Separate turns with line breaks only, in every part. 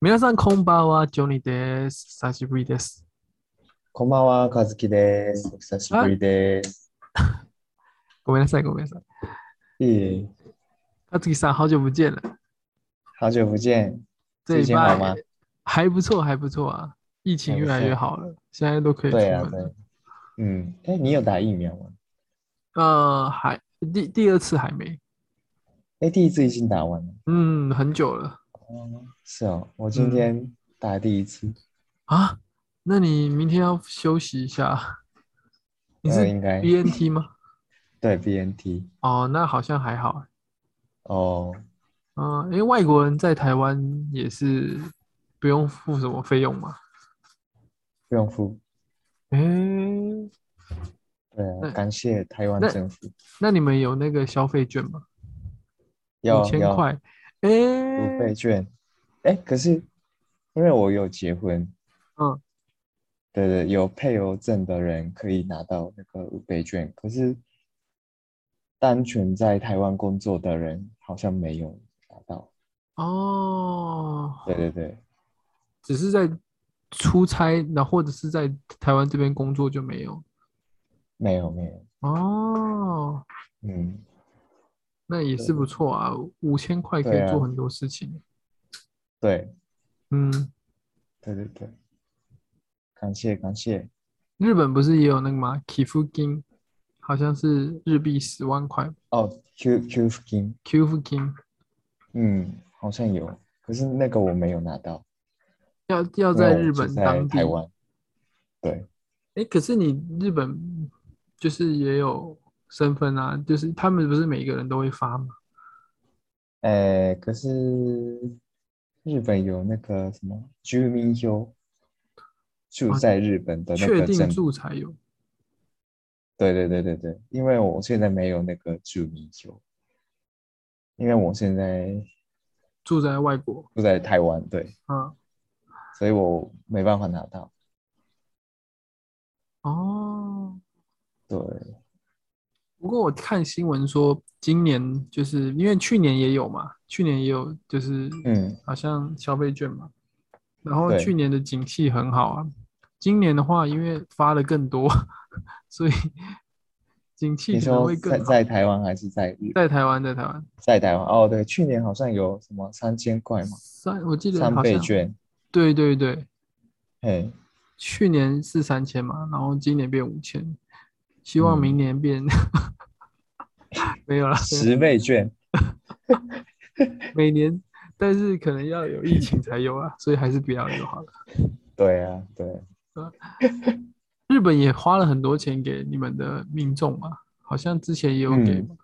皆さん、こんばんは、ジョニーです。久しぶりです。
こんばんは、和樹です。お久しぶりです。
ごめんなさい、ごめんなさい。
いい、
克樹さん、好久不见了。
好久不见。
这
最
礼
近好吗
拜？还不错，还不错啊。疫情越来越好了，现在都可以出
对啊，
门
对
了。。
嗯，哎，你有打疫苗吗？
呃，还第第二次还没，
哎，第一次已经打完了。
嗯，很久了
哦，是哦，我今天打第一次。
啊。那你明天要休息一下。你
呃
是
应该
BNT 吗？
对 BNT。
哦，那好像还好。
哦，
嗯、因为外国人在台湾也是不用付什么费用嘛。
不用付。
诶、
对
那
啊，感谢台湾
那
政府。
那你们有那个消费券吗？
有
五千
有
块，哎、
五倍券。哎，可是因为我有结婚，
嗯，
对对，有配偶证的人可以拿到那个五倍券，可是单纯在台湾工作的人好像没有拿到。
哦，
对对对，
只是在出差，然后或者是在台湾这边工作就没有
没有没有，
哦，
嗯，
那也是
对
不错啊，五千块可
对
以
啊
做很多事情。
对
嗯，
对对对，感谢感谢，
日本不是也有那个吗？Kifu 金，好像是日币十万块
哦，Q Q 金，
，Kifu 金
嗯，好像有，可是那个我没有拿到，
要要
因
在
为我
日
住
本
在
当地。
台湾，对，
哎，可是你日本就是也有身份啊，就是他们不是每个人都会发吗？
哎，可是日本有那个什么居民优，住
哦
在日本的那
确
个
定
证。
住才有。
对对对对对，因为我现在没有那个住民球，因为我现在
住在外国，
住在台湾，对，
嗯，
所以我没办法拿到。
哦。
对，
不过我看新闻说，今年就是因为去年也有嘛，去年也有就是
嗯，
好像消费券嘛，然后
对
去年的景气很好啊，今年的话因为发了更多， 所以景气
你
可能
说
会
在
更好。
在台湾还是在日？
在台湾，在台湾
在台湾哦，对，去年好像有什么三千块嘛，
三，我记得
三
好
倍
像
券，
对对对，
嘿，
去年是三千嘛，然后今年变五千，希望明
嗯
年 变 没有啦，没有
十倍券，
每年，但是可能要有疫情才有啊，所以还是不要有好了。
对啊，对，
日本也花了很多钱给你们的民众嘛，好像之前也有给
嗯
嘛，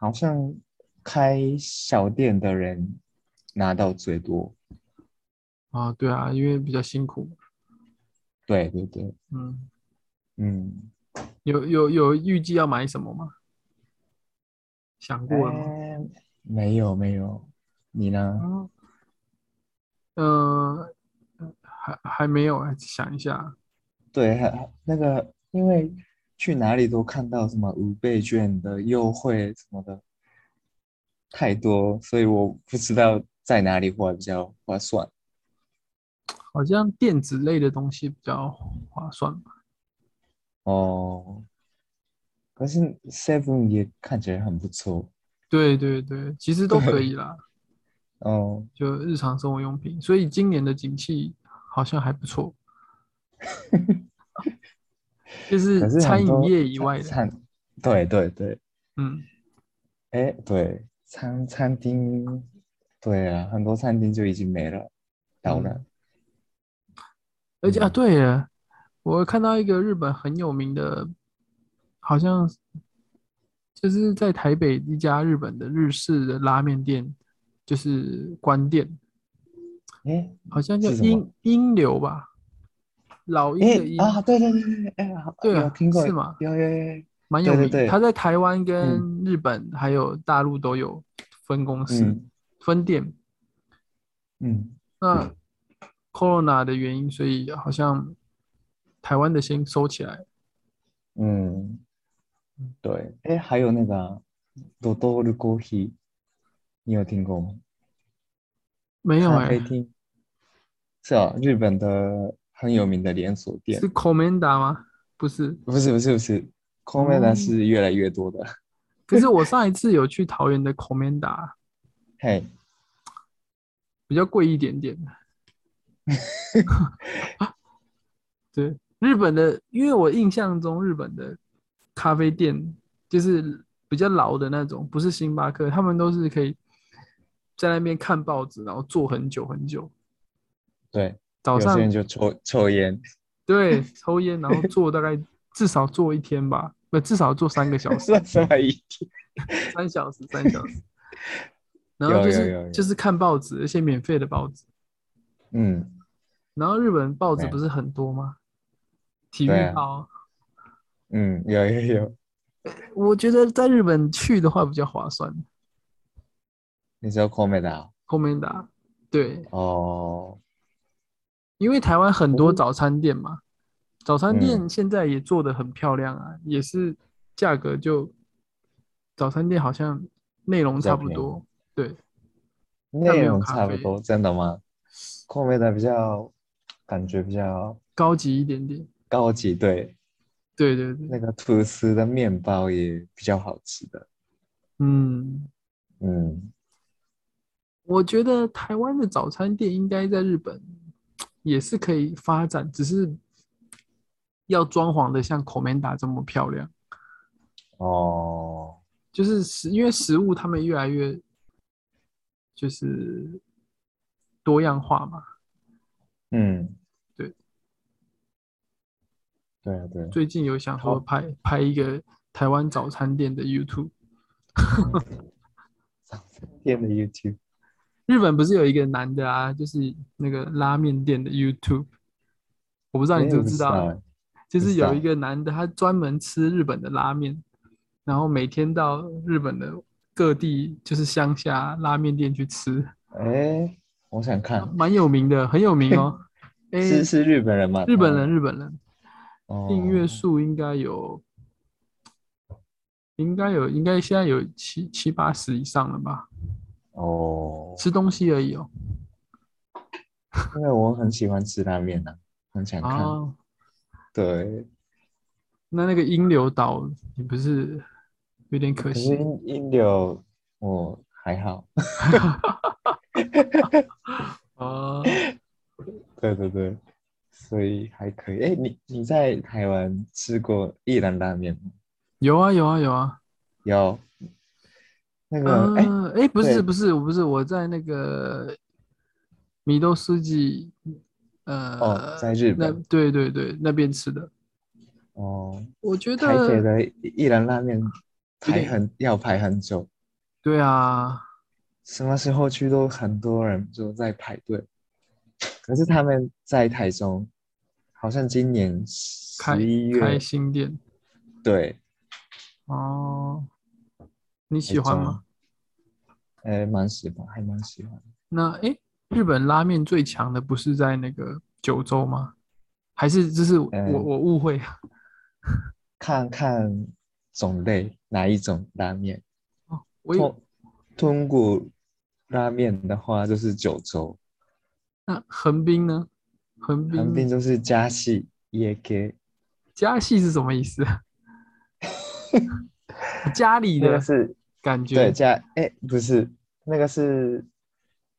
好像开小店的人拿到最多，
啊，对啊，因为比较辛苦嘛，
对对对，
嗯，
嗯，
有有有预计要买什么吗？想过了吗？
哎没有没有，你呢？
嗯，呃，还还没有，还想一下，
对，还那个，因为去哪里都看到什么五倍券的优惠什么的，太多，所以我不知道在哪里花比较划算。
好像电子类的东西比较划算吧。
哦，可是 Seven 也看起来很不错。
对对对，其实都可以啦。
哦，
就日常生活用品，所以今年的景气好像还不 错，就是
可是很
餐饮
多
业以
餐
外的，
餐，对对对，
嗯，
哎，对，餐餐厅，对啊，很多餐厅就已经没了，倒
嗯
了。
而且啊，
嗯
对耶，我看到一个日本很有名的，好像就是在台北一家日本的日式的拉面店，就是关店，
哎，
好像叫
是什么
英英流吧，老鹰的
哎
鹰，
啊，对对对对，哎，好
对啊
有听过，
是吗
有有有。有
蛮有名
对
的，
对对
他在台湾跟日本还有大陆都有分公司、
嗯
分店。
嗯，
那 corona 的原因，所以好像台湾的先收起来。
嗯，对，哎，还有那个啊ドトールコーヒー，你有听过吗？
没有
咖
哎、
啡厅是哦，日本的很有名的连锁店
是，Comanda 吗？不是，
不是不是不是 c o m e d a
嗯
是越来越多的。
可是我上一次有去桃园的 Comanda，
嘿，
比较贵一点 点。对，日本的，因为我印象中日本的咖啡店就是比较老的那种，不是星巴克，他们都是可以在那边看报纸，然后坐很久很久。
对，
早
有些
上
人就抽抽烟，
对抽烟，然后坐大概至少坐一天吧，不至少坐三个小 时。
算什么一天？
三小时，三小时。然后
有
就
有
是
有有
就是看报纸，而且免费的报纸。
嗯，
然后日本报纸
对
不是很多吗？体
对啊
育报，
嗯，有 有有，
我觉得在日本去的话比较划算。
你知道 c o m e d a
后面打，对，
哦，
因为台湾很多
嗯
早餐店嘛，早餐店
嗯
现在也做的很漂亮啊，也是价格就早餐店好像内容
比较
差不
便宜
多，对，但
内
没有
容
咖
差不
啡
多，真的吗 c o m e d a 比较感觉比较
高级一点点，
高级，对，
对对对，
那个吐司的面包也比较好吃的，
嗯，
嗯，
我觉得台湾的早餐店应该在日本也是可以发展，只是要装潢的像 Comanda 这么漂亮。
哦，
就是食，因为食物他们越来越就是多样化嘛。
嗯，
对，
对啊，对啊，
最近有想说
好
拍拍一个台湾早餐店的 YouTube。
店的 YouTube，
日本不是有一个男的啊，就是那个拉面店的 YouTube，我不知道你
哎
知
我
不
不
知
知
道
道
啊，
哎
就是有
不知
一
道
个男的，他专门吃日本的拉面，然后每天到日本的各地，就是乡下拉面店去吃，
哎，我想看，
蛮有名的，很有名 哦。哎，
是啊是日本人吗？
日本人，日本人，
哦，
订阅数应该有，应该有，应该现在有七七八十以上了吧？
哦，
吃东西而已哦。
因为我很喜欢吃拉面呐，很想看，
哦，
对，
那那个英流岛，你不是有点可
可
惜
是？印印流我还好，
哦，
对对对，所以还可以。哎，你你在台湾吃过一兰拉面吗？
有啊有啊有啊。
有，那个哎，
呃，哎，不是
对
不是，我不是我在那个米豆斯基，呃，
哦，在日
那
本，
对对对那边吃的，
哦，
我觉
台北
得
的一兰拉面排
点
很要排很久，
对啊，
什么时候去都很多人就在排队，可是他们在台中，好像今年
开
十一
开
月，
新店
对，
哦，你
台
喜欢
中
吗？？
呃，蛮喜欢，还蛮喜欢。
那哎，诶日本拉面最强的不是在那个九州吗？还是这是我
嗯
我误会啊？
看看种类，哪一种拉面？
哦我以为
通通过拉面的话，就是九州，
那横滨呢？横滨
横滨就是加系椰给，
加系是什么意思？啊 家里
那
的
个是
感觉，
对加哎、不是那个是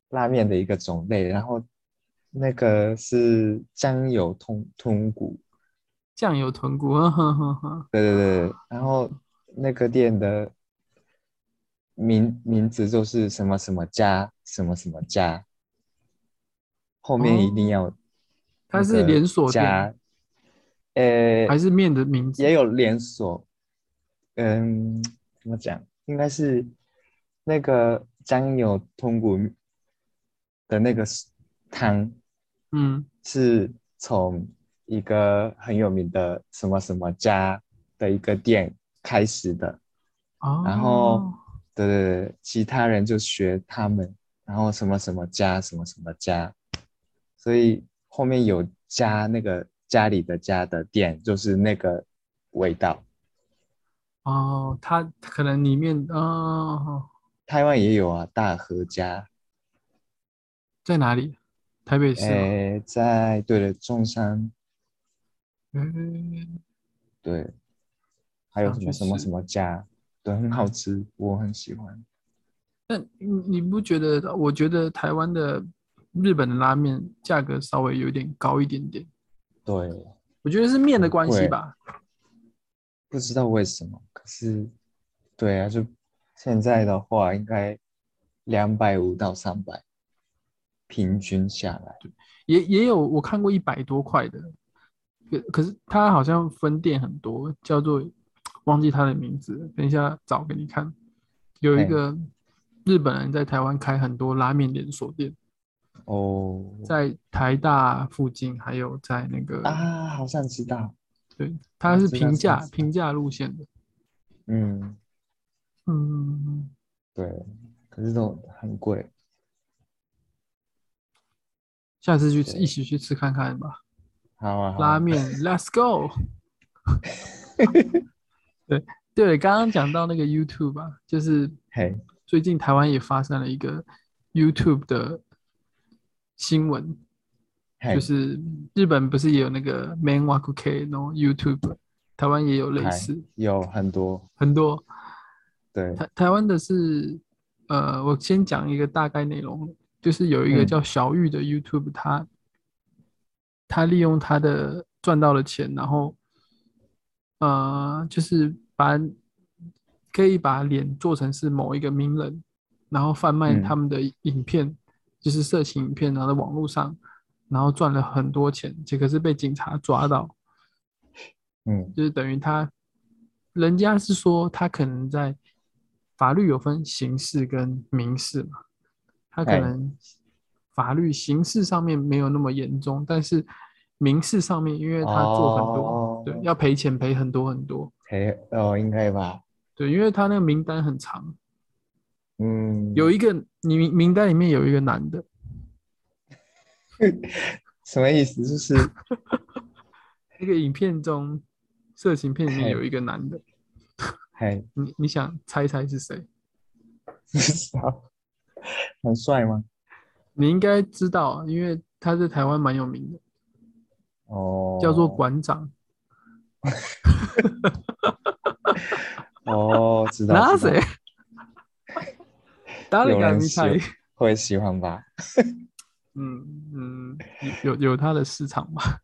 拉面的一个种类，然后那个是酱油通通骨，
酱油豚骨，呵呵呵呵，
对对对，对然后那个店的名名字就是什么什么家什么什么家，后面一定要
哦它
那
是
个
连锁店
加，呃，
还是面的名字
也？有连锁，嗯，怎么讲？应该是那个酱油通骨的那个 s- 汤
嗯，
是从一个很有名的什么什么家的一个店开始的，
哦，
然后对对对，其他人就学他们，然后什么什么家什么什么家，所以后面有家那个家里的家的店，就是那个味道。
哦，它可能里面哦，
台湾也有啊，大和家，
在哪里？台北市吗？
诶，在对了，中山
嗯，
对，还有
想
什
去
么什么
吃
什么家，对，很好吃，我很喜欢。
那你你不觉得？我觉得台湾的、日本的拉面价格稍微有点高一点点，
对，
我觉得是面的关系
会
吧。
不知道为什么，可是，对啊，就现在的话，应该两百五到三百，平均下来。
也也有我看过一百多块的，可可是它好像分店很多，叫做忘记它的名字了，等一下找给你看。有一
嘿
个日本人在台湾开很多拉面连锁店，
哦，
在台大附近，还有在那个，
啊，好像知道，
对，它是
知道
平
知道
价
知道
平价路线的，
嗯，
嗯。
对，可是都很贵。
下次去吃，
对
一起去吃看看吧。
好啊，好
拉
啊，
面，Let's go。对对，刚刚讲到那个 YouTube 吧，就是
嘿，
最近台湾也发生了一个 YouTube 的新闻，
嘿，
就是日本不是也有那个 Man Waku K，然后 YouTube，台湾也有类
嗨
似
有很多，
很多。
对，
台台湾的是，呃，我先讲一个大概内容，就是有一个
嗯
叫小玉的 YouTube，他、他利用他的赚到的钱，然后，呃，就是把可以把脸做成是某一个名人，然后贩卖
嗯
他们的影片，就是色情影片，然后在网络上，然后赚了很多钱，结果是被警察抓到，
嗯，
就是等于他，人家是说他可能在法律有分刑事跟民事嘛，他可
哎
能法律刑事上面没有那么严重，但是民事上面，因为他做很多，对
哦，
要赔钱赔很多很多，
嘿，哦，应该吧，
对，因为他那个名单很长，
嗯，
有一个你名名单里面有一个男的，
什么意思？就是
那个影片中色情片里面
嘿
有一个男的，
嘿，
你你想猜猜是谁？
不知道，很帅吗？
你应该知道啊，因为他在台湾蛮有名的。
哦，
叫做馆长，
哦，知道，
那
知道
谁？誰
有
が
人
見
喜
たい？
会喜欢吧？
嗯嗯，有有有他的市场吧？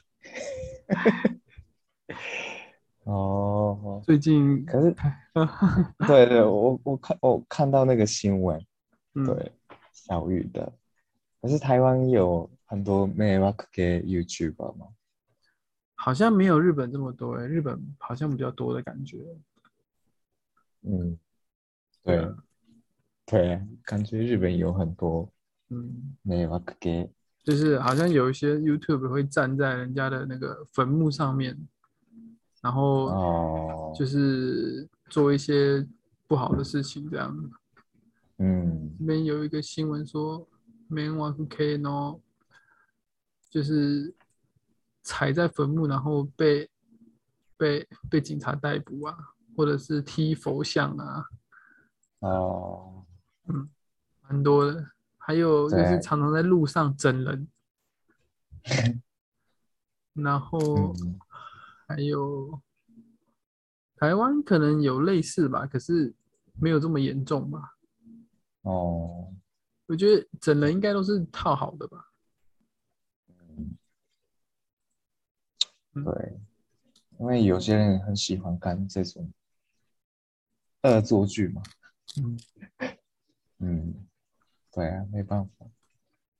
哦，
最近，
可是
哎
对 对，我我看我看到那个新闻，
嗯，
对，小雨的，可是台湾有很多 m a 给 YouTuber 嘛，
好像没有日本这么多诶、日本好像比较多的感觉。
嗯，对
啊
对，啊感觉日本有很多
嗯，
m a 给，
就是好像有一些 YouTube 会站在人家的那个坟墓上面，然后
哦，
就是做一些不好的事情这样。
嗯
这边有一个新闻说，Man One K 呢，就是踩在坟墓，然后被被被警察逮捕啊，或者是踢佛像啊，
哦，
蛮多的。还有就是
对
常常在路上整 人，然后
嗯
还有台湾可能有类似吧，可是没有这么严重吧。
哦，
我觉得整人应该都是套好的吧。
对，因为有些人很喜欢看这种恶作剧嘛，
嗯。
嗯，对啊，没办法。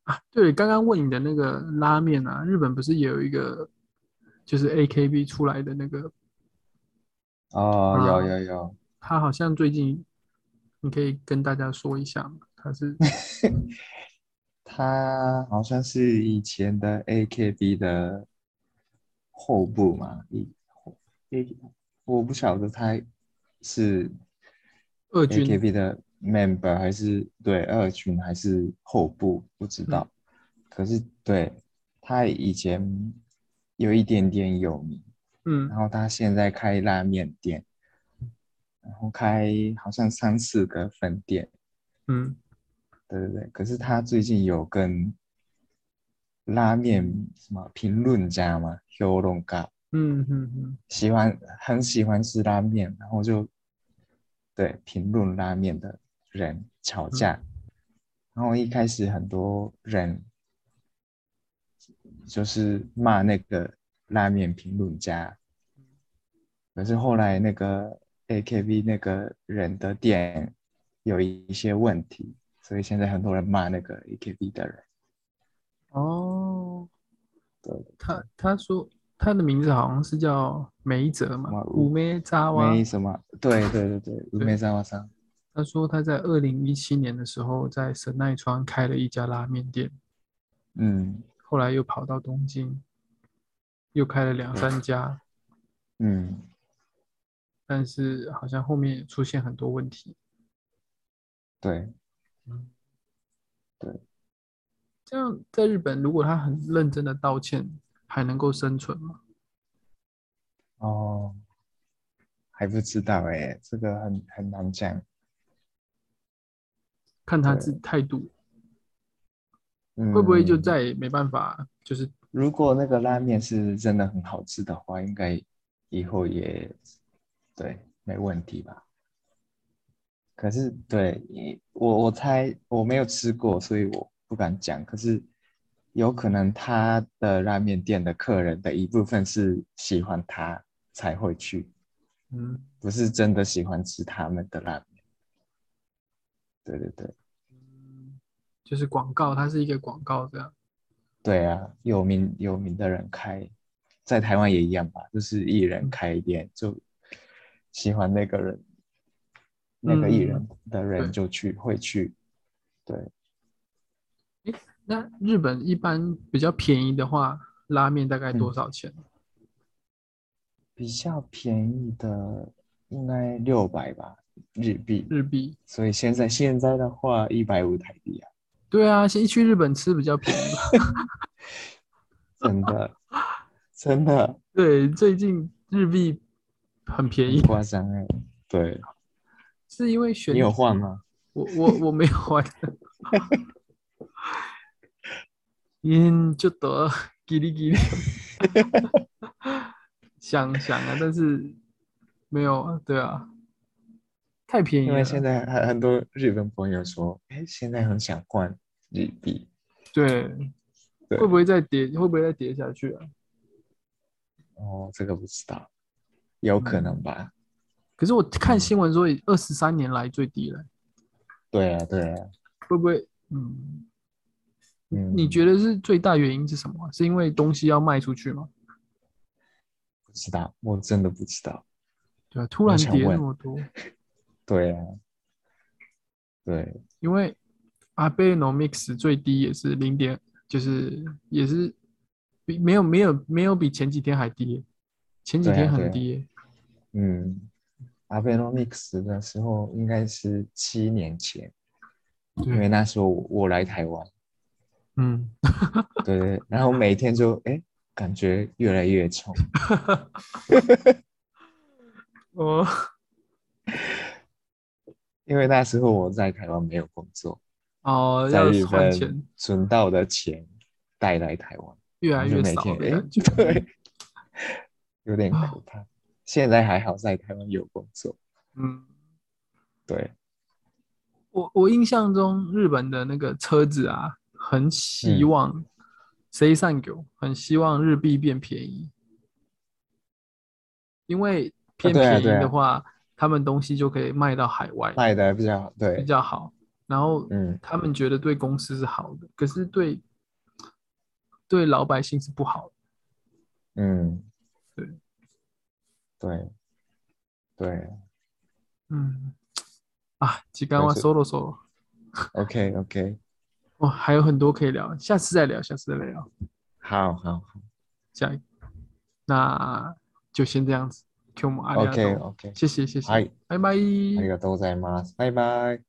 啊，对，刚刚问你的那个拉面啊，日本不是也有一个就是 AKB 出来的那个，
哦，
啊
有有有，
他好像最近你可以跟大家说一下吗？他 是
他好像是以前的 AKB 的后部嘛，一后 A 我不晓得他是
二军，
AKB 的 member 还是对二群还是后部，不知道。
嗯
可是对他以前有一点点有名，
嗯
然后他现在开拉面店，然后开好像三四个分店。
嗯
对对对，可是他最近有跟拉面什么评论家嘛，评论家，
嗯嗯嗯，
喜欢很喜欢吃拉面，然后就对评论拉面的人吵架，然后一开始很多人就是骂那个拉面评论家，可是后来那个 AKB 那个人的店有一些问题，所以现在很多人骂那个 AKB 的人。
哦，
对对
他他说他的名字好像是叫梅泽嘛
什么，
五梅扎哇。
没什么，对对对对，梅沢华桑，
他说他在二零一七年的时候在神奈川开了一家拉面店，
嗯
后来又跑到东京，又开了两三家，
嗯，
但是好像后面也出现很多问题。
对，
这样在日本，如果他很认真的道歉，还能够生存吗？
哦，还不知道哎、这个很很难讲，
看他自态度，
嗯，
会不会就再也没办法，就是
如果那个拉面是真的很好吃的话，应该以后也对没问题吧？可是对因我我猜我没有吃过，所以我不敢讲。可是有可能他的拉面店的客人的一部分是喜欢他才会去，
嗯，
不是真的喜欢吃他们的拉面。对对对，
就是广告，它是一个广告这样。
对啊，有名有名的人开，在台湾也一样吧，就是艺
嗯
人开店就喜欢那个人，那个艺人的
嗯
人
对
就去会去，对，
那日本一般比较便宜的话，拉面大概
嗯
多少钱？
比较便宜的应该六百吧日币，
日币？
所以现在现在的话一百五台币啊，
对啊，先去日本吃比较便宜吧。
真的真的
对，最近日币很便
很
宜，
夸张哎，对
是因为选
你有换吗？
我我我没有 换。嗯，就得叽里叽里， 想想啊，但是没有啊，对啊，太便宜
因
了。
为现在很很多日本朋友说，哎，现在很想换日币。
对，
对
会不会再跌？会不会再跌下去啊？
哦，这个不知道，有可能吧？
可是我看新闻说，二十三年来最低了，
对啊，对啊，
会不会？嗯，
嗯，
你觉得是最大原因是什么啊？是因为东西要卖出去吗？
不知道？我真的不知道。
对啊，突然
想
跌那
问
么多，
对啊，对，
因为阿贝诺 mix 最低也是零点，就是也是比没有没有没有比前几天还低耶，前几
对啊
天
对
很
啊
低耶，
嗯，Abenomics 的时候应该是七年前，因为
对，
那时候我我来台湾，
嗯，
对对，然后每天就哎，感觉越来越穷，
哦，
因为那时候我在台湾没有工作，
哦，
在
要
日
还钱
本存到的钱带来台湾。
越来
然后
越
就每
少
天
的
哎、
感觉，
对，有点
啊
可怕。现在还好，在台湾有工作，
嗯，
对，
我我印象中日本的那个车子啊，很希
嗯
望 C 上九，很希望日币变便宜，因为变
对啊
便宜
对啊
的话，他们东西就可以卖到海外。
卖的比较好，
比
对，
较好，然后
嗯，
他们觉得对公司是好的，可是对对老百姓是不好的。
嗯，
对，
对，对
嗯，啊，几干话
对是
solo solo，
，OK OK，
哦，还有很多可以聊，下次再聊，下次再聊，
好好好
下一个，那就先这样子，Q 我们阿里阿
，OK 哦
多，
OK，
谢谢谢谢
はい、
拜拜。
ありがとうございます。バイバイ。